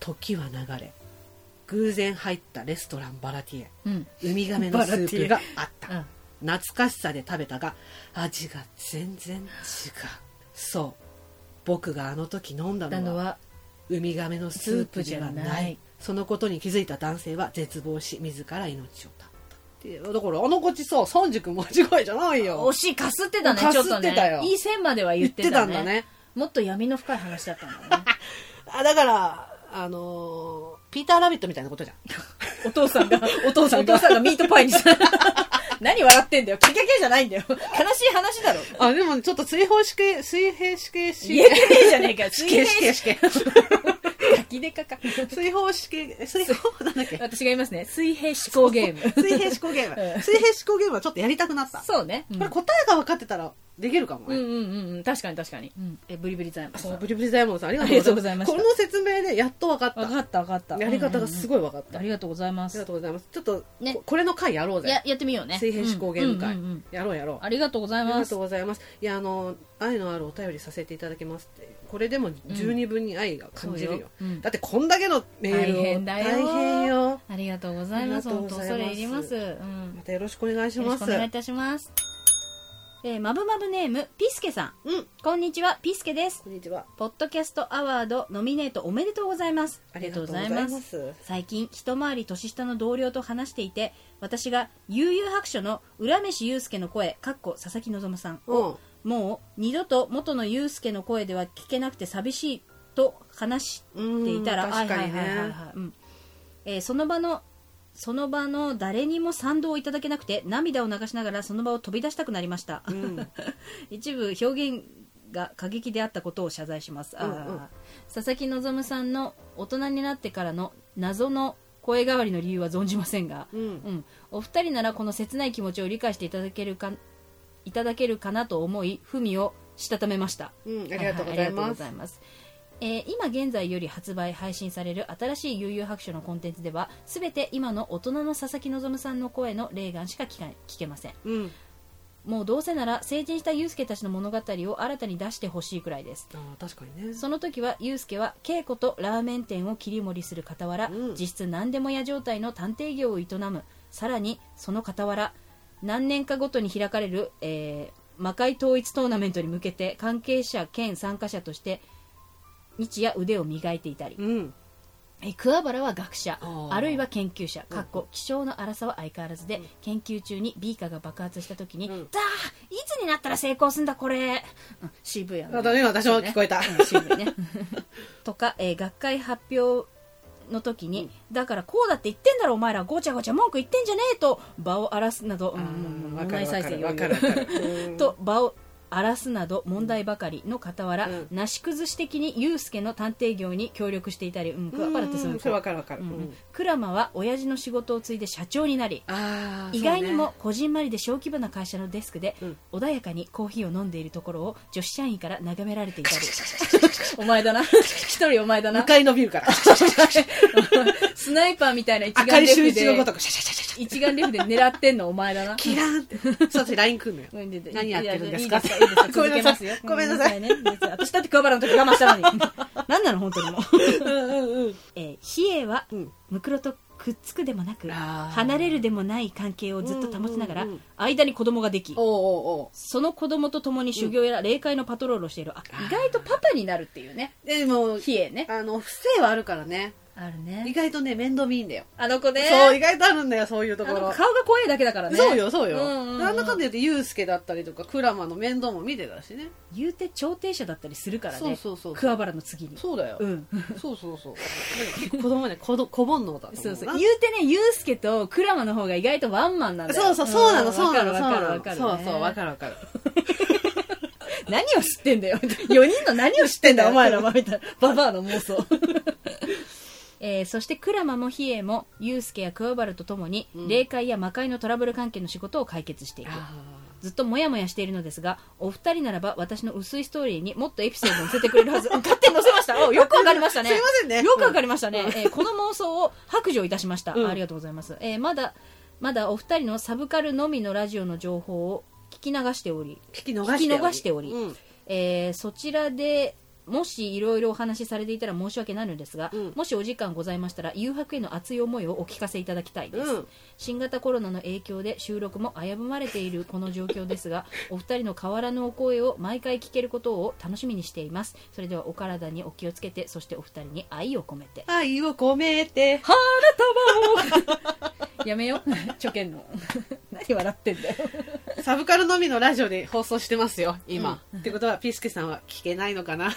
Speaker 1: 時は流れ偶然入ったレストランバラティエ
Speaker 2: うんうん
Speaker 1: ウミガメのスープがあった
Speaker 2: うん
Speaker 1: 懐かしさで食べたが味が全然違うそう僕があの時飲んだ
Speaker 2: な
Speaker 1: の
Speaker 2: の
Speaker 1: は
Speaker 2: は
Speaker 1: ウミガメのスープじゃ
Speaker 2: スープ
Speaker 1: ない
Speaker 2: じゃない
Speaker 1: そのことに気づいた男性は絶望し自ら命を絶ったっていうだからあの子ちさ三軸間違いじゃないよ
Speaker 2: 惜しいかすってたね
Speaker 1: か
Speaker 2: ち
Speaker 1: す
Speaker 2: ょ
Speaker 1: っ
Speaker 2: っと
Speaker 1: てた
Speaker 2: ね
Speaker 1: よ
Speaker 2: いい線までは言
Speaker 1: 言
Speaker 2: っ
Speaker 1: って
Speaker 2: て
Speaker 1: た
Speaker 2: た
Speaker 1: ん
Speaker 2: ね
Speaker 1: だね
Speaker 2: もっと闇の深い話だったんだね
Speaker 1: あだからあのーピーター・ラビットみたいなことじゃん
Speaker 2: お父さんが
Speaker 1: お父さんが
Speaker 2: お父さんがミートパイにさ 何笑ってんだよキャキャキャじゃないんだよ悲しい 話だろ
Speaker 1: あでもちょっと水平式水平式
Speaker 2: 言えてねえじゃねえか
Speaker 1: 死刑
Speaker 2: 水平
Speaker 1: 死
Speaker 2: 式
Speaker 1: 刑死刑
Speaker 2: ガキデカか
Speaker 1: 水平式水平なんだっけ
Speaker 2: 私が言いますね水平思考ゲーム
Speaker 1: 水平思考ゲー
Speaker 2: うん
Speaker 1: ム。水平思考ゲームはちょっとやりたくなった。こ
Speaker 2: そうね、うん
Speaker 1: れ答えが分かってたらできるかも
Speaker 2: うん
Speaker 1: ね。
Speaker 2: うんうんうん確かに確かに、うん、えブリブリザイマン
Speaker 1: そ
Speaker 2: さん
Speaker 1: う、
Speaker 2: わ
Speaker 1: ブリブリダイヤモンドさんあり
Speaker 2: あり
Speaker 1: が
Speaker 2: がと
Speaker 1: と
Speaker 2: う
Speaker 1: う
Speaker 2: ご
Speaker 1: ご
Speaker 2: ざ
Speaker 1: ざ
Speaker 2: い
Speaker 1: い
Speaker 2: ま
Speaker 1: ま
Speaker 2: し
Speaker 1: す。
Speaker 2: た
Speaker 1: この説明でやっと分かった。
Speaker 2: かったわかった
Speaker 1: やり方がす
Speaker 2: い、
Speaker 1: ごい分かっ
Speaker 2: うんうんうん
Speaker 1: た。
Speaker 2: あ
Speaker 1: あ
Speaker 2: りがとうございま
Speaker 1: り
Speaker 2: す
Speaker 1: がとうございます。ちょっと
Speaker 2: ね
Speaker 1: こ、これの回やろうぜ
Speaker 2: や。やってみようね
Speaker 1: 水平思考ゲーム
Speaker 2: うんうんうんうん
Speaker 1: 会。やろうやろう。
Speaker 2: ありがとうござい
Speaker 1: あり
Speaker 2: ま
Speaker 1: が
Speaker 2: す
Speaker 1: とうございます。いや、あの、愛のあるお便りさせていただきますって。これでも十二分に愛が感じ
Speaker 2: そう
Speaker 1: る
Speaker 2: よ
Speaker 1: よ
Speaker 2: うん。
Speaker 1: だってこんだけのメールを。
Speaker 2: 大変だよ
Speaker 1: 大変よ。
Speaker 2: ありがとうございます
Speaker 1: あり
Speaker 2: 本
Speaker 1: がと
Speaker 2: 当
Speaker 1: うございます
Speaker 2: 恐れ入ります、うん
Speaker 1: ま、たよろしくお願いし
Speaker 2: よろ
Speaker 1: ま
Speaker 2: しく
Speaker 1: す。
Speaker 2: お願いいたしますえー、まぶまぶネームピスケさん
Speaker 1: うん。
Speaker 2: こんにちはピスケです
Speaker 1: こんにちは。
Speaker 2: ポッドキャストアワードノミネートおめでとうございます
Speaker 1: ありがとうございます。
Speaker 2: 最近一回り年下の同僚と話していて私が悠々白書の浦飯祐介の声かっこ佐々木希さん
Speaker 1: うん。
Speaker 2: もう二度と元の祐介の声では聞けなくて寂しいと話していたら、
Speaker 1: うん
Speaker 2: はい
Speaker 1: 確かにね
Speaker 2: はいはいはいはいうんえーその場のその場の誰にも賛同をいただけなくて涙を流しながらその場を飛び出したくなりました、
Speaker 1: ん
Speaker 2: 一部表現が過激であったことを謝罪します、あー
Speaker 1: うんうん
Speaker 2: 佐々木希さんの大人になってからの謎の声変わりの理由は存じませんが、
Speaker 1: うん
Speaker 2: うん、お二人ならこの切ない気持ちを理解していただけるかいただけるかなと思い文をしたためました
Speaker 1: うん、ありがとうござい
Speaker 2: ははありがとうご
Speaker 1: ます
Speaker 2: ざい。ますえー今現在より発売配信される新しい悠々白書のコンテンツでは全て今の大人の佐々木希さんの声の霊眼しか聞か聞けません
Speaker 1: うん、
Speaker 2: もうどうせなら成人した祐介たちの物語を新たに出してほしいくらいです
Speaker 1: あー確かにね。
Speaker 2: その時は祐介は稽古とラーメン店を切り盛りする傍ら、
Speaker 1: うん
Speaker 2: 実質何でも屋状態の探偵業を営むさらにその傍ら何年かごとに開かれる、えー魔界統一トーナメントに向けて関係者兼参加者として日夜腕を磨いていたり、
Speaker 1: うん、
Speaker 2: えー桑原は学者
Speaker 1: あー
Speaker 2: あるいは研究者かっ
Speaker 1: うん
Speaker 2: こ気性の荒さは相変わらずで、研究中にビーカーが爆発した時に「
Speaker 1: う
Speaker 2: だー
Speaker 1: ん
Speaker 2: いつになったら成功すんだこれ!うん」渋谷
Speaker 1: あだね私も聞こえた
Speaker 2: うん渋いね とか、えー学会発表の時に、だからこうだって言ってんだろお前らごちゃごちゃ文句言ってんじゃねえと場を荒らすなど、うんうん、
Speaker 1: わ
Speaker 2: 問
Speaker 1: か
Speaker 2: 題
Speaker 1: るわ
Speaker 2: 再
Speaker 1: か
Speaker 2: 生
Speaker 1: る
Speaker 2: よ
Speaker 1: わかるわかる。うん、
Speaker 2: と場を荒らすなど問題ばかりの傍ら、
Speaker 1: うん
Speaker 2: なし崩し的にユ介の探偵業に協力していたり、うん、
Speaker 1: う
Speaker 2: クワパラってそうい
Speaker 1: ん
Speaker 2: う
Speaker 1: それわ
Speaker 2: の
Speaker 1: かるわかる。
Speaker 2: う
Speaker 1: うん
Speaker 2: うん
Speaker 1: ん、
Speaker 2: クラマは親父の仕事を継いで社長になり
Speaker 1: あー
Speaker 2: 意外にも、こじんまりで小規模な会社のデスクで、
Speaker 1: うん
Speaker 2: 穏やかにコーヒーを飲んでいるところを女子社員から眺められていたりお前だな 一人お前
Speaker 1: そ
Speaker 2: だ
Speaker 1: うね、
Speaker 2: な
Speaker 1: 向かいのビルから
Speaker 2: スナイパーみたいな一
Speaker 1: 赤
Speaker 2: 眼
Speaker 1: い
Speaker 2: レ
Speaker 1: 周
Speaker 2: フ
Speaker 1: 一のごと
Speaker 2: で
Speaker 1: くシャシャシャシャシャ
Speaker 2: 一眼レフで狙ってんのお前だな
Speaker 1: キラーンって。そう私 LINE 来んのよ。
Speaker 2: うんでで
Speaker 1: 何やってるんです
Speaker 2: い
Speaker 1: か
Speaker 2: いですいいです続けますよ
Speaker 1: ごめんなさい
Speaker 2: ごめんなさいね私だって桑原の時我慢したのに何なの本当にもう、
Speaker 1: うんうんうん。
Speaker 2: えー、比叡は
Speaker 1: うん
Speaker 2: ムクロとくっつくでもなく
Speaker 1: あー
Speaker 2: 離れるでもない関係をずっと保ちながら、
Speaker 1: うんうんうん
Speaker 2: 間に子供ができ
Speaker 1: おうおうおう。
Speaker 2: その子供と共に修行やら霊界のパトロールをしている、あ意外とパパになるっていうね
Speaker 1: でも、
Speaker 2: 比叡ね
Speaker 1: あの、不正はあるからね。
Speaker 2: ある
Speaker 1: 意
Speaker 2: ね
Speaker 1: 外とね面倒見いいんだよ、
Speaker 2: あの子ね
Speaker 1: そう意外とあるんだよそういうと
Speaker 2: あ
Speaker 1: こ
Speaker 2: の
Speaker 1: ろ
Speaker 2: 子顔が怖いだけだからね
Speaker 1: そうよそうよ、
Speaker 2: うんうんうん
Speaker 1: なんだかんだ言ってユウスケだったりとかクラマの面倒も見てたしね
Speaker 2: 言うて調停者だったりするからね
Speaker 1: そうそうそう
Speaker 2: 桑原の次に
Speaker 1: そうだよ、
Speaker 2: ん
Speaker 1: そうそうそうなんか結構子供はねこど小煩悩だと
Speaker 2: そ
Speaker 1: 思う
Speaker 2: う
Speaker 1: な
Speaker 2: そう言うてねユうスケとクラマの方が意外とワンマンなんだよ
Speaker 1: そうそうそうなの
Speaker 2: ん
Speaker 1: そうなの
Speaker 2: わ
Speaker 1: そう
Speaker 2: かる
Speaker 1: な
Speaker 2: わ
Speaker 1: の
Speaker 2: かる
Speaker 1: そうそうわ
Speaker 2: る
Speaker 1: かるわかる
Speaker 2: 何を知ってんだよ4人の何を知ってんだよお前らはみたいなババアの妄想えーそしてクラマもヒエもユうスケや桑原とともに、
Speaker 1: うん
Speaker 2: 霊界や魔界のトラブル関係の仕事を解決していくずっとモヤモヤしているのですがお二人ならば私の薄いストーリーにもっとエピソードを載せてくれるは ず勝手に載せましたおよくわかりましたね
Speaker 1: すいませんね
Speaker 2: よくわかりましたね、えーこの妄想を白状いたしました、
Speaker 1: うん
Speaker 2: ありがとうございます、えーまだまだお二人のサブカルのみのラジオの情報を聞き流しており、
Speaker 1: 聞き逃して
Speaker 2: 聞き逃しており
Speaker 1: うん
Speaker 2: えーそちらでもしいろいろお話しされていたら申し訳ないのですが、
Speaker 1: うん
Speaker 2: もしお時間ございましたら誘惑への熱い思いをお聞かせいただきたいです、
Speaker 1: うん
Speaker 2: 新型コロナの影響で収録も危ぶまれているこの状況ですが お二人の変わらぬお声を毎回聞けることを楽しみにしていますそれではお体にお気をつけてそしてお二人に愛を込めて
Speaker 1: 愛を込めて
Speaker 2: やめよ ちょけんの何笑ってんだよ
Speaker 1: サブカルのみのラジオで放送してますよ今、ってことはピースケさんは聞けないの かな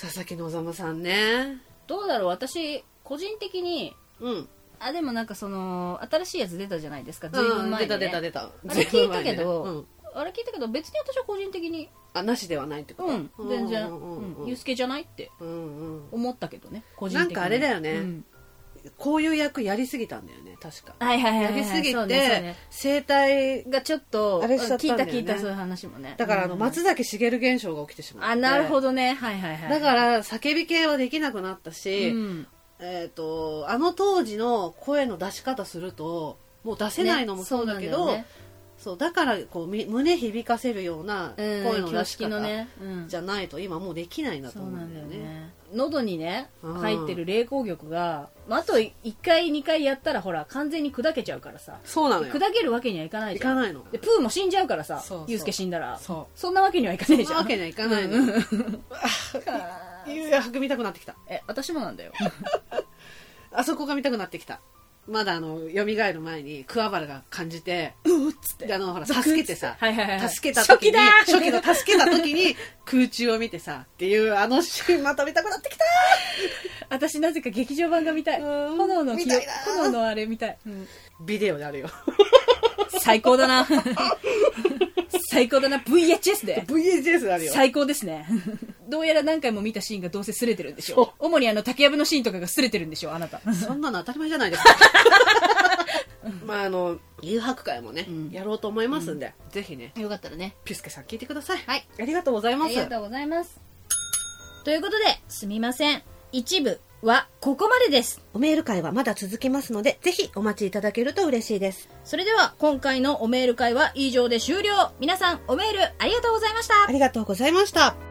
Speaker 1: 佐々木望さんね
Speaker 2: どうだろう私個人的に
Speaker 1: うん
Speaker 2: あでもなんかその新しいやつ出たじゃないですかずいぶ
Speaker 1: うんん
Speaker 2: 前
Speaker 1: 出
Speaker 2: に、ね
Speaker 1: た出た出た
Speaker 2: あれ聞いたけ
Speaker 1: ずぶ前にね
Speaker 2: ど、
Speaker 1: うん
Speaker 2: あれ聞いたけど別に私は個人的に
Speaker 1: あなしではないってこ
Speaker 2: うん
Speaker 1: と
Speaker 2: 全然
Speaker 1: うんうん
Speaker 2: う
Speaker 1: うんん
Speaker 2: ユースケじゃないって
Speaker 1: うんうん
Speaker 2: 思ったけどね個人的に
Speaker 1: なんかあれだよね
Speaker 2: うん
Speaker 1: こういう役やりすぎたんだよね確か
Speaker 2: はいはいはいは
Speaker 1: や
Speaker 2: い
Speaker 1: りすぎ
Speaker 2: そうねそう
Speaker 1: て
Speaker 2: ね
Speaker 1: 生態
Speaker 2: がちょっと
Speaker 1: あれしちゃったんだ
Speaker 2: 聞い
Speaker 1: よ
Speaker 2: た
Speaker 1: ね
Speaker 2: 聞いたそういう話もね
Speaker 1: だからあの
Speaker 2: うん
Speaker 1: 松崎しげる現象が起きてしまって
Speaker 2: あなるほどねはいはいはい
Speaker 1: だから叫び系はできなくなったし、
Speaker 2: うん
Speaker 1: えっ、とあの当時の声の出し方するともう出せないのも
Speaker 2: ね
Speaker 1: そうだけ
Speaker 2: そ
Speaker 1: ど
Speaker 2: う
Speaker 1: そう
Speaker 2: な
Speaker 1: だ,、
Speaker 2: んよね
Speaker 1: からこうみ胸響かせるような
Speaker 2: う
Speaker 1: 声
Speaker 2: ん
Speaker 1: の
Speaker 2: 挙
Speaker 1: 出し
Speaker 2: 式
Speaker 1: 方
Speaker 2: のねうん
Speaker 1: じゃないと今もうできないんだと
Speaker 2: そう
Speaker 1: 思う
Speaker 2: なんん
Speaker 1: だ
Speaker 2: だ
Speaker 1: よ
Speaker 2: よ
Speaker 1: ね
Speaker 2: ね喉にね
Speaker 1: うん
Speaker 2: 入ってる冷光玉があと1回2回やったらほら完全に砕けちゃうからさ
Speaker 1: そうなのよ
Speaker 2: 砕けるわけにはいかない
Speaker 1: い
Speaker 2: じゃ
Speaker 1: か
Speaker 2: ん
Speaker 1: ないの
Speaker 2: でプーも死んじゃうからさ
Speaker 1: そうそう
Speaker 2: ユースケ死んだら
Speaker 1: そ
Speaker 2: そんなわけにはいかな
Speaker 1: う
Speaker 2: い
Speaker 1: そ
Speaker 2: じ
Speaker 1: ん
Speaker 2: ゃん
Speaker 1: なわけにはいかないの、
Speaker 2: うん
Speaker 1: ゆうやく見たくなってきた
Speaker 2: え私もなん だよ
Speaker 1: あそこが見たくなってきたまだあの蘇る前に桑原が感じて
Speaker 2: うっつっ
Speaker 1: であのほら助けてさ
Speaker 2: はいはいはいはい
Speaker 1: 助けた時に
Speaker 2: 初期だ
Speaker 1: 初
Speaker 2: ー
Speaker 1: 期の助けた時に空中を見てさっていうあのシーンまた見たくなってきた
Speaker 2: 私なぜか劇場版が見たい
Speaker 1: うん
Speaker 2: 炎の記
Speaker 1: 見たいなー
Speaker 2: 炎のあれ見たい、
Speaker 1: ビデオであるよ
Speaker 2: 最高だな 最高だな VHS で
Speaker 1: VHS であるよ
Speaker 2: 最高ですね どうやら何回も見たシーンがどうせ擦れてるんでしょ主にあの竹やぶのシーンとかが擦れてるんでしょあなた
Speaker 1: そんなの当たり前じゃない ですかまああの誘白会もね、
Speaker 2: うん
Speaker 1: やろうと思いますんで、ぜひね
Speaker 2: よかったらね
Speaker 1: ピスケさん聞いてください、
Speaker 2: はい
Speaker 1: ありがとうござい
Speaker 2: あ
Speaker 1: ます
Speaker 2: りがとうございますということですみません一部はここまでです
Speaker 3: おメール会はまだ続きますので、ぜひお待ちいただけると嬉しいです。
Speaker 2: それでは今回のおメール会は以上で終了皆さんおメールありがとうございました
Speaker 3: ありがとうございました。